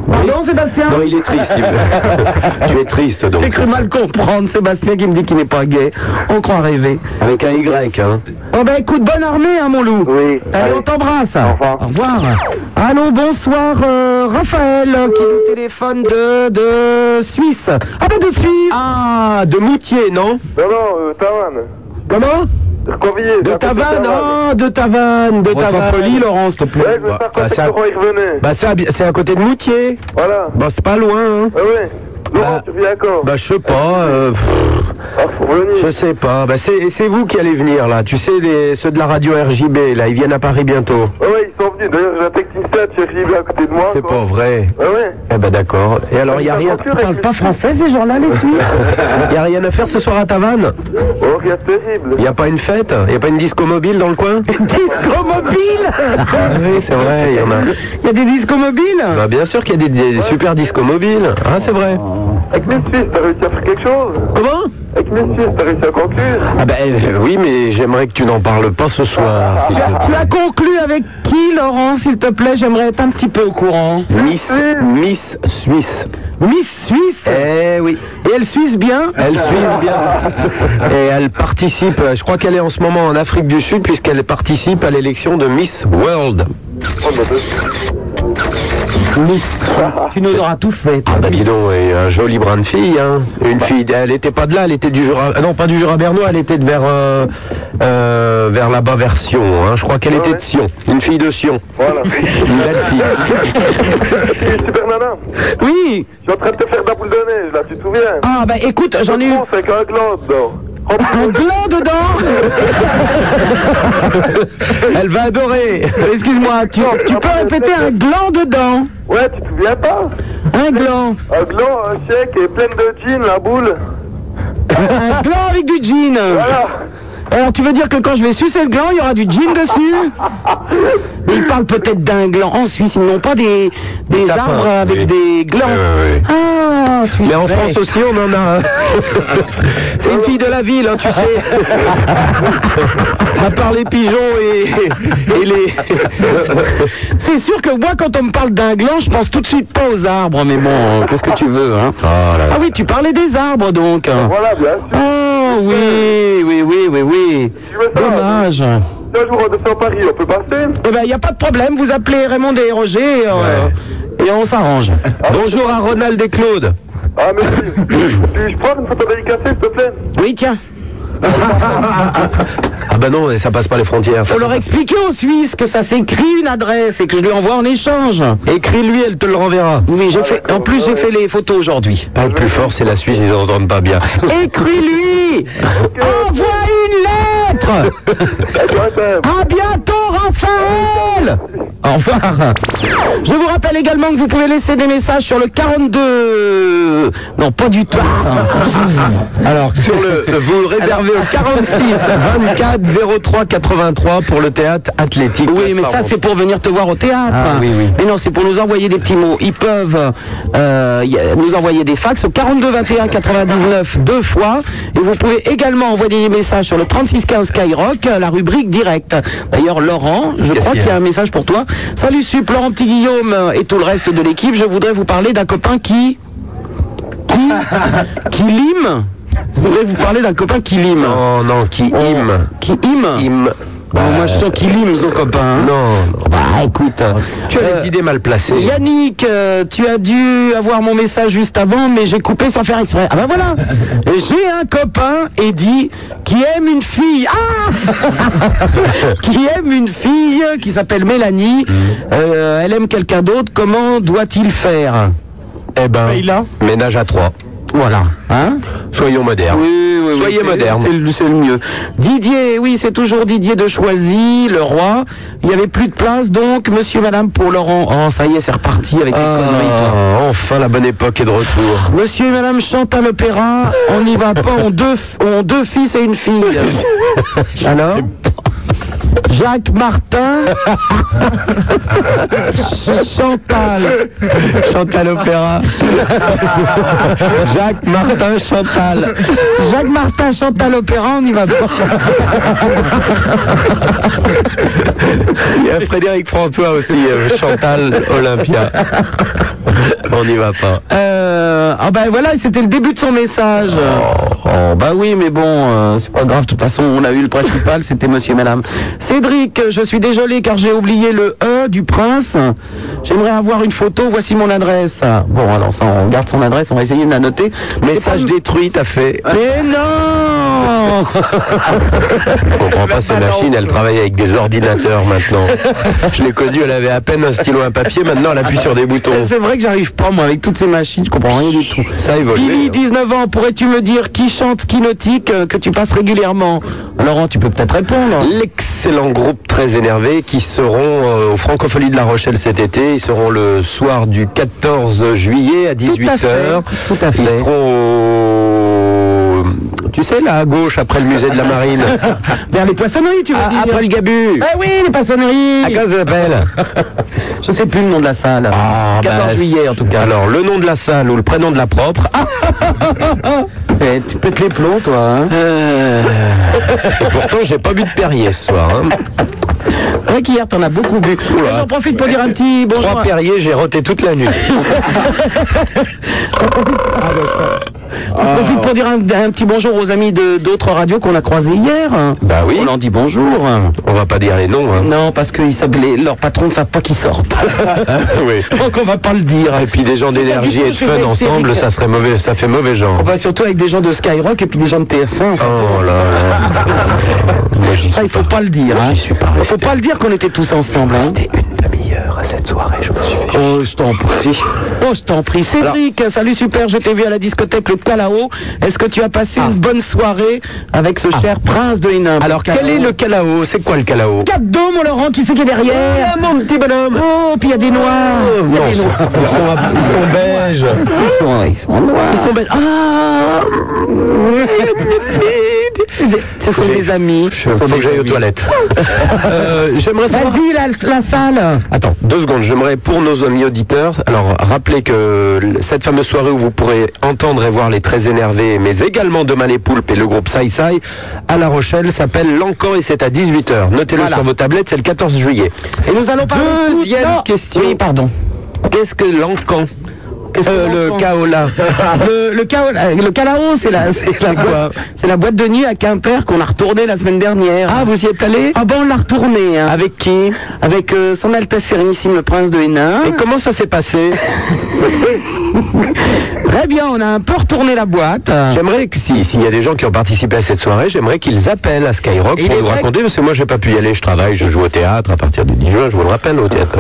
C: Pardon Sébastien
F: Non, il est triste. il- tu es triste donc.
C: J'ai cru mal comprendre Sébastien qui me dit qu'il n'est pas gay. On croit rêver.
F: Avec un Y, hein.
C: Bon ben écoute, bonne armée hein mon loup.
H: Oui,
C: Allez,
H: allez.
C: on t'embrasse.
H: Au revoir.
C: Au revoir. Allô, bonsoir euh, Raphaël qui nous téléphone de, de Suisse. Ah ben de Suisse
F: Ah, de Moutier, non
H: Non, non, euh, Tavan.
C: Comment
H: Corvillier.
C: De Tavannes, ah, de Tavannes, de Tavannes.
F: poli, Laurent, s'il te plaît.
H: Ouais, je vais faire
F: Bah,
H: quand
F: c'est à-
H: Laurent il revenait.
F: bah, c'est à, c'est à côté de Moutier.
H: Voilà.
F: Bah, c'est pas loin, hein.
H: Ouais, ouais. Laurent,
F: Bah-
H: tu viens d'accord
F: Bah, je sais pas, euh, pff,
H: Ah, faut revenir.
F: je sais pas. Bah, c'est c'est vous qui allez venir, là. Tu sais, les- ceux de la radio RJB, là, ils viennent à Paris bientôt.
H: Ouais, Ah ouais, ils sont venus. D'ailleurs, j'ai un technicien de chez Ribla à côté de moi.
F: C'est
H: quoi.
F: pas vrai.
H: Ouais, ouais.
F: Eh ben, d'accord. Et alors, il y a rien...
H: Ils parlent
C: Pas français ces gens-là les Suisses
F: Il y a rien à faire ce soir à Tavannes
H: Oh, regarde, terrible.
F: Il y a pas une fête Il y a pas une disco mobile dans le coin
C: Disco mobile
F: Ah Oui, c'est vrai, il y en a.
C: Il y a des discos mobiles
F: Bah, bien sûr qu'il y a des, des super disco mobiles. Hein, c'est vrai.
H: Avec mes Suisses, t'as réussi à faire quelque chose
C: Comment
H: Avec mes Suisses, t'as réussi à conclure
F: Ah, bah, euh, oui, mais j'aimerais que tu n'en parles pas ce soir, s'il
C: tu
F: te
C: as,
F: plaît.
C: tu as conclu avec qui Laurent s'il te plaît J'aimerais être un petit peu au courant.
F: Miss, Miss Suisse.
C: Miss Suisse
F: Eh oui.
C: Et elle suisse bien
F: Elle suit bien. Et elle participe, euh, je crois qu'elle est en ce moment en Afrique du Sud, puisqu'elle participe à l'élection de Miss World.
H: Oh, bah, bah,
C: Tu nous auras tout fait.
F: Ah bah dis donc, et un joli brin de fille, hein. Une fille, elle était pas de là, elle était du Jura, ah non pas du Jura Bernois, elle était de vers, euh, euh, vers là-bas, vers Sion, hein. Je crois qu'elle
H: Ouais,
F: était
H: ouais.
F: de Sion. Une fille de Sion.
H: Voilà.
F: Une belle fille.
H: Et Super Nana,
C: Oui.
H: je suis en train de te faire de la boule de neige, là, tu te souviens
C: Ah bah écoute, j'en ai eu
H: On fait qu'un gland dedans.
C: un gland dedans.
F: Elle va adorer.
C: Excuse-moi, tu, tu peux répéter un gland dedans.
H: Ouais, tu te souviens pas
C: Un gland.
H: Un gland, un chèque et pleine de jeans, la boule.
C: Un gland avec du jean.
H: Voilà.
C: Alors tu veux dire que quand je vais sucer le gland, il y aura du jean dessus Mais ils parlent peut-être d'un gland. En Suisse, ils n'ont pas des, des Euh,
F: sapins,
C: arbres avec
F: oui.
C: des glands.
F: Ouais, ouais, ouais.
C: Ah, en Suisse.
F: Mais en
C: ouais.
F: France aussi, on en a. hein. C'est une fille de la ville, hein, tu sais. À part les pigeons et, et les.
C: C'est sûr que moi, quand on me parle d'un gland, je pense tout de suite pas aux arbres. Mais bon, euh, qu'est-ce que tu veux hein Ah oui, tu parlais des arbres donc. hein.
H: Voilà, bien sûr.
C: Oh oui, oui, oui, oui, oui.
H: Tu veux ça
C: Dommage.
H: Si un jour on descend à Paris, on peut passer
C: Eh ben, il n'y a pas de problème. Vous appelez Raymond et Roger euh, et on s'arrange.
F: Bonjour à Ronald et Claude.
H: Ah, merci. Puis-je prendre une photo dédicacée, s'il te plaît
C: Oui, tiens.
F: Ah bah non, ça passe pas les frontières.
C: Faut leur expliquer aux Suisses que ça s'écrit une adresse et que je lui envoie en échange.
F: Écris-lui, elle te le renverra.
C: Oui, j'ai fait. En plus, j'ai fait les photos aujourd'hui.
F: Parle plus fort, c'est la Suisse, ils entendent pas bien.
C: Écris-lui. Envoie une lettre. À bientôt, Raphaël. Au revoir. Je vous rappelle également que vous pouvez laisser des messages sur le 42. Non, pas du tout.
F: Alors, sur le, euh, vous réservez au 46 24 03 83 pour le théâtre athlétique.
C: Oui, mais ça c'est pour venir te voir au théâtre.
F: Ah, oui, oui.
C: Mais non, c'est pour nous envoyer des petits mots. Ils peuvent euh, y- nous envoyer des fax au 42 21 99 deux fois. Et vous pouvez également envoyer des messages sur le 36 15 Skyrock, euh, la rubrique direct. D'ailleurs, Laurent, je crois
F: qu'il y a
C: qu'il y a un message pour toi. Salut Sup, Laurent Petit Guillaume euh, et tout le reste de l'équipe. Je voudrais vous parler d'un copain qui qui qui lime. Je voudrais vous parler d'un copain qui lime.
F: Non, Oh, non, qui im.
C: Qui ime.
F: Im.
C: Bon, moi je sens qu'il lime son copain. hein.
F: Non,
C: Bah écoute,
F: tu as
C: euh,
F: des idées mal placées.
C: Yannick, euh, tu as dû avoir mon message juste avant, mais j'ai coupé sans faire exprès. Ah ben voilà Et J'ai un copain, Eddy, qui aime une fille. Ah Qui aime une fille qui s'appelle Mélanie. Euh, elle aime quelqu'un d'autre. Comment doit-il faire
F: Eh ben,
D: Leïla
F: ménage à trois.
C: Voilà. Hein
F: Soyons modernes. Soyez
C: c'est-
F: modernes.
C: c'est le- C'est le mieux. Didier, oui, c'est toujours Didier de Choisy, le roi. Il n'y avait plus de place, donc, monsieur, madame, pour Laurent. Oh, ça y est, c'est reparti avec les conneries. toi.
F: Ah, enfin, la bonne époque est de retour.
C: Monsieur et Madame Chantal Opéra, on n'y va pas, on deux, on deux fils et une fille. Alors Jacques Martin, Chantal,
F: Chantal Opéra.
C: Jacques Martin Chantal, Jacques Martin Chantal Opéra, on n'y va pas.
F: Il y a Frédéric François aussi, euh, Chantal Olympia. On n'y va pas.
C: Euh, ah ben voilà, c'était le début de son message. Oh, bah oui, mais bon, euh, c'est pas grave. De toute façon, on a eu le principal, c'était Monsieur, Madame. Cédric, je suis désolé car j'ai oublié le E du prince. J'aimerais avoir une photo. Voici mon adresse. Bon, alors ça, on garde son adresse. On va essayer de la noter.
F: Message détruit, t'as fait.
C: Mais non
F: Je comprends pas, ces machines, elles travaillent avec des ordinateurs maintenant. Je l'ai connue, elle avait à peine un stylo, un papier, maintenant elle appuie sur des boutons.
C: C'est vrai que j'arrive pas moi avec toutes ces machines. Je comprends rien du tout.
F: Ça hein. évolue.
C: Billy, 19 ans, pourrais-tu me dire qui chante ski nautique euh, que tu passes régulièrement Laurent, tu peux peut-être répondre.
F: L'excellent groupe très énervé qui seront euh, au Francophonie de La Rochelle cet été. Ils seront le soir du 14 juillet à 18h.
C: Tout à fait.
F: Ils seront au... Tu sais, là à gauche, après le musée de la Marine.
C: Vers les poissonneries, tu veux dire
F: après le Gabu.
C: Ah oui, les Ah, poissonneries
F: À quoi ça s'appelle
C: Je sais plus le nom de la salle.
F: Ah,
C: 14
F: bah,
C: juillet, en tout cas.
F: Alors, le nom de la salle ou le prénom de la propre. Ah,
C: Eh, tu pètes les plombs, toi. Hein
F: et pourtant, j'ai pas bu de Perrier ce soir. hein.
C: C'est vrai qu'hier, t'en as beaucoup bu. Mais J'en profite pour dire un petit bonjour.
F: Trois
C: à-
F: Perrier, j'ai roté toute la nuit.
C: On profite pour dire un, un petit bonjour aux amis de d'autres radios qu'on a croisés hier.
F: Bah oui.
C: On leur dit bonjour.
F: On va pas dire les noms. hein.
C: Non, parce que ils savent- les- leurs patrons ne savent pas qu'ils sortent.
F: oui.
C: Donc on va pas le dire.
F: Et puis des gens
C: C'est pas
F: d'énergie
C: du tout
F: et de
C: ce que je
F: fun
C: vais
F: ensemble,
C: essayer de
F: ça serait mauvais, ça fait mauvais genre.
C: On va surtout avec des gens de Skyrock et puis des gens de TF1.
F: Oh là là. Moi, j'y
C: Ça, il
F: suis
C: faut pas le dire.
F: Moi,
C: hein.
F: j'y suis pas
C: faut
F: resté.
C: pas le dire qu'on était tous ensemble. hein.
F: C'était une demi-heure à cette soirée, je me suis fait. chier.
C: Oh, je t'en prie. Oh, je t'en prie. Cédric, salut super, je t'ai vu à la discothèque Le Calao. Est-ce que tu as passé une bonne soirée avec ce cher prince de Hénin
F: Ah. Alors, quel est le calao C'est quoi le calao
C: cadeau, mon Laurent, qui c'est qui est derrière Mon petit bonhomme Oh, puis il y a des noirs Il y a
F: Non,
C: des
F: ils sont,
C: noirs.
F: ils sont- ils sont belges.
B: Ils sont, ils sont noirs.
C: Ils sont belles. Ah Ce sont des amis.
F: Je faut que j'aille aux toilettes. Euh, J'aimerais savoir.
C: Vas-y, la, la salle
F: Attends, deux secondes. J'aimerais pour nos amis auditeurs, alors rappelez que l- cette fameuse soirée où vous pourrez entendre et voir les très énervés, mais également demain les poulpes et le groupe Sai Sai à La Rochelle s'appelle L'Encan et c'est à 18h. Notez-le
C: Voilà.
F: sur vos tablettes, c'est le 14 juillet.
C: Et nous allons parler de
F: Deuxième
C: foot. Non.
F: question.
C: Oui, pardon.
F: Qu'est-ce que l'Encan
C: Qu'est-ce que
F: Euh,
C: l'encan
F: Le Kaola.
C: Le, le, cao- euh, le calao, c'est la, c'est la, c'est la boîte de nuit à Quimper qu'on a retournée la semaine dernière.
F: Ah, vous y êtes allé
C: Ah bon, on l'a retournée. hein.
F: Avec qui
C: Avec euh, son Altesse Sérénissime le Prince de Hénin.
F: Et comment ça s'est passé
C: Très bien, on a un peu retourné la boîte.
F: J'aimerais que si- s'il y a des gens qui ont participé à cette soirée, j'aimerais qu'ils appellent à Skyrock
C: il
F: pour
C: est
F: nous
C: vrai
F: raconter, parce que moi j'ai pas pu y aller, je travaille, je joue au théâtre à partir de 10 juin, je vous le rappelle au théâtre.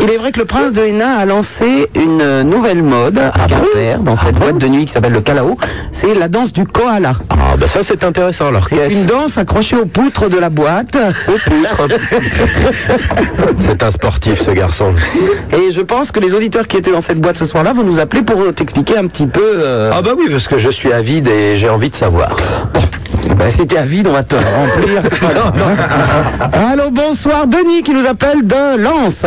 C: Il est vrai que le Prince de Hénin a lancé une euh, nouvelle mode
F: Ah
C: à Quimper, dans cette boîte de nuit qui s'appelle le calao. C'est la danse du koala.
F: Ah bah ça c'est intéressant, alors
C: Une
F: qu'est-ce
C: danse accrochée aux poutres de la boîte.
F: C'est un sportif ce garçon.
C: Et je pense que les auditeurs qui étaient dans cette boîte ce soir-là vont nous appeler pour euh, t'expliquer un petit peu. euh,
F: Ah bah oui, parce que je suis avide et j'ai envie de savoir.
C: Bah, c'était à vide, on va te remplir. c'est pas grave. Allô, bonsoir, Denis qui nous appelle de Lens.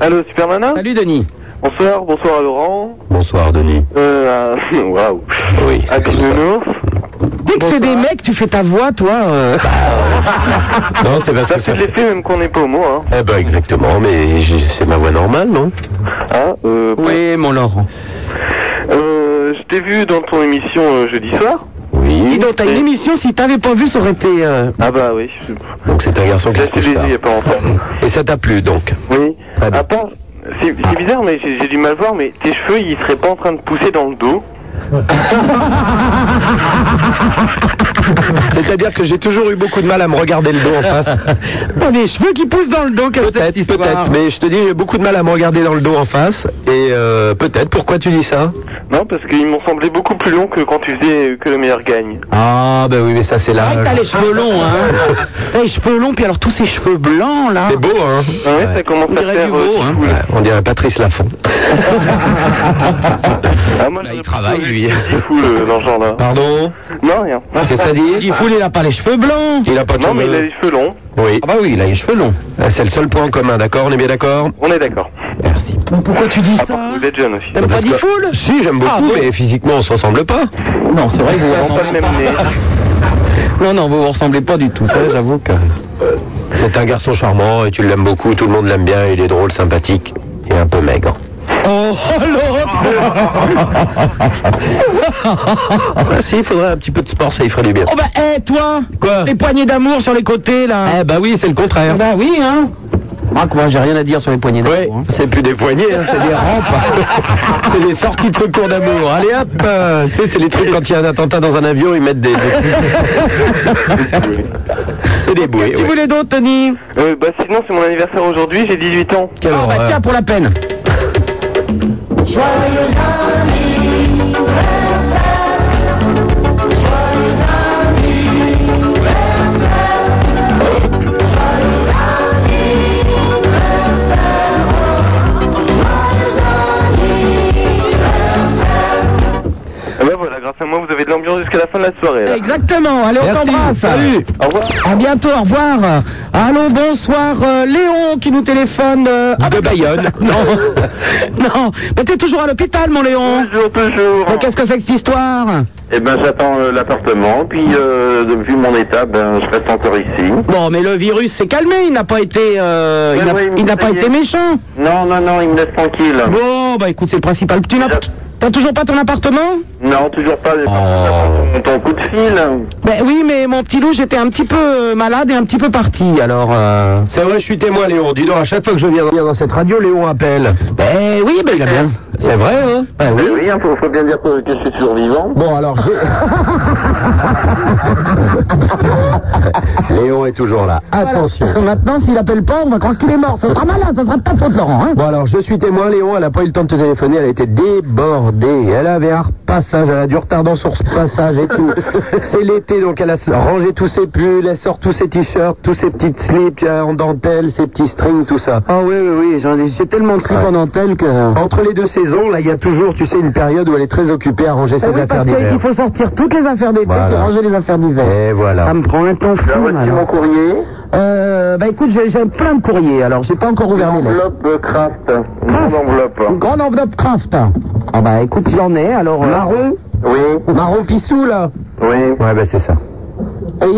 H: Allô, Super Nana
C: Salut Denis.
H: Bonsoir, bonsoir à Laurent.
F: Bonsoir Denis.
H: Euh, à- waouh.
F: Ah, Oui,
H: À
F: c'est comme ça.
H: Bisounours.
C: Dès que c'est des mecs, tu fais ta voix, toi. euh.
F: Non, c'est parce
H: Ça
F: que
H: fait
F: ça
H: de l'effet même qu'on n'est pas homo, hein.
F: Eh ben exactement, mais j'ai- c'est ma voix normale, non
H: Hein, euh,
C: Oui, mon Laurent.
H: euh, je t'ai vu dans ton émission euh, jeudi soir.
C: Dis
F: Oui.
C: donc, t'as une émission, si t'avais pas vu, ça aurait été. euh,
H: Ah bah oui. je-
F: Donc c'est un garçon qui
H: J'ai
F: se
H: acheté
F: couche
H: les yeux
F: tard.
H: il n'y a pas longtemps.
F: Et ça t'a plu donc
H: Oui. Ah.
F: Ah bon.
H: À part, c'est c'est bizarre, mais j'ai j'ai du mal voir, mais tes cheveux, ils seraient pas en train de pousser dans le dos.
F: C'est-à-dire que j'ai toujours eu beaucoup de mal à me regarder le dos en face.
C: T'as des cheveux qui poussent dans le dos, qu'est-ce que c'est cette
F: Peut-être,
C: histoire
F: peut-être. Mais je te dis, j'ai beaucoup de mal à me regarder dans le dos en face. Et euh, peut-être. Pourquoi tu dis ça
H: Non, parce qu'ils m'ont semblé beaucoup plus longs que quand tu faisais euh, que le meilleur gagne.
F: Ah, ben oui, mais ça c'est
C: C'est vrai
F: là.
C: que T'as les cheveux longs, hein. T'as les cheveux longs, puis alors tous ces cheveux blancs, là.
F: C'est beau, hein
H: Ah ouais, ça commence à
C: dirait du
H: faire. euh,
C: beau, hein.
H: cool.
F: Ouais, On dirait Patrice Lafont.
H: Ah, moi, j'aurais
F: travaille,
H: plutôt
F: lui.
H: eu des fous, le- dans ce genre-là.
F: Pardon
H: Non, rien.
F: Qu'est-ce que t'as dit
C: Il foule, il a pas les cheveux blancs.
F: Il a pas de
H: Non, mais il a
F: cheveux.
H: les cheveux longs.
F: Oui.
C: Ah bah oui, il a les cheveux longs.
F: Ah, C'est le seul point en commun, d'accord On est bien d'accord
H: On est d'accord.
F: Merci.
C: Pourquoi tu dis
H: À part que vous êtes jeune aussi.
C: T'aimes pas
F: Parce
C: dit
F: que-
C: foule
F: Si, j'aime beaucoup,
C: Ah, bon
F: mais physiquement on se ressemble pas.
C: Non, c'est vrai que vous
H: Ils ont pas le même nez.
C: Non, non, vous vous ressemblez pas du tout, ça, j'avoue que.
F: euh, C'est un garçon charmant et tu l'aimes beaucoup, tout le monde l'aime bien, il est drôle, sympathique et un peu maigre.
C: Oh, l'autre
F: Ah si, il faudrait un petit peu de sport, ça y ferait du bien.
C: Oh, bah, hé, toi
F: Quoi
C: Les poignées d'amour sur les côtés, là
F: Eh ben oui, c'est le contraire.
C: Bah oui, hein Marc, moi, j'ai rien à dire sur les poignées
F: Oui,
C: d'amour. hein.
F: c'est plus des poignées, hein, c'est des rampes. c'est des sorties de secours d'amour. Allez hop euh, tu sais, C'est les trucs quand il y a un attentat dans un avion, ils mettent des... des- c'est des bouées,
C: Tu
F: ouais.
C: voulais d'autres, Tony
H: Euh, bah sinon, c'est mon anniversaire aujourd'hui, j'ai 18 ans.
F: Quelle
C: Ah, bah
F: horreur.
C: tiens, pour la peine
H: Ah bah voilà, grâce à moi, vous avez de l'ambiance jusqu'à la fin de la soirée. là.
C: Exactement, allez, on
F: Merci,
C: t'embrasse
F: salut.
H: Au revoir.
C: À bientôt, au revoir Allô, bonsoir, euh, Léon qui nous téléphone... euh, ah,
F: De Bayonne.
C: non, non, mais t'es toujours à l'hôpital, mon Léon
H: Toujours, toujours.
C: Mais Qu'est-ce que c'est que cette histoire
H: Eh ben, j'attends euh, l'appartement, puis euh, de- vu mon état, ben, je reste encore ici.
C: Bon, mais le virus s'est calmé, il n'a pas été, euh, il
H: Ouais,
C: n'a-
H: ouais,
C: il n'a
H: Ben ça
C: pas
H: y est.
C: été méchant.
H: Non, non, non, il me laisse tranquille.
C: Bon, bah écoute, c'est le principal que tu n'as.
H: Il a-
C: T'as toujours pas ton appartement
H: Non, toujours pas. j'ai pas pu avoir ton, ton coup de fil.
C: Ben oui, mais mon petit loup, j'étais un petit peu euh, malade et un petit peu parti, alors... euh,
I: C'est vrai, je suis témoin, Léon. Dis donc, à chaque fois que je viens dans cette radio, Léon appelle.
C: Ben oui, ben il a bien...
I: C'est vrai, hein
C: Ben oui.
H: Mais oui, il faut, faut bien dire que, que je suis survivant.
F: Bon, alors, je-
I: Léon est toujours là.
F: attention.
C: Maintenant, s'il appelle pas, on va croire qu'il est mort. Ça sera malin, ça sera pas pour Laurent, hein
F: Bon, alors, je suis témoin, Léon, elle n'a pas eu le temps de te téléphoner, elle a été débordée. Elle avait un repassage, elle a du retard dans son repassage et tout. C'est l'été, donc elle a rangé tous ses pulls, elle sort tous ses t-shirts, tous ses petites slips euh, en dentelle, ses petits strings, tout ça.
C: Ah oui, oui, oui, j'en ai, j'ai tellement de trucs en dentelle que...
F: Entre les deux saisons, là, il y a toujours, tu sais, une période où elle est très occupée à ranger ses
C: Ah oui,
F: affaires
C: parce qu'il
F: d'hiver.
C: faut sortir toutes les affaires d'été
F: Voilà.
C: et ranger les affaires d'hiver.
F: Et voilà.
C: Ça me prend un temps fou,
H: Là, voici
C: alors.
H: mon courrier.
C: Euh, bah écoute, j'ai j'ai plein de courriers, alors j'ai pas encore ouvert les lettres.
H: Enveloppe euh, Kraft. Une grande enveloppe.
C: Une grande enveloppe craft. Ah bah écoute, j'en ai, alors... euh,
F: Marron
H: Oui,
F: Marron pissou, là
H: oui.
F: Ouais, bah c'est ça.
C: ayant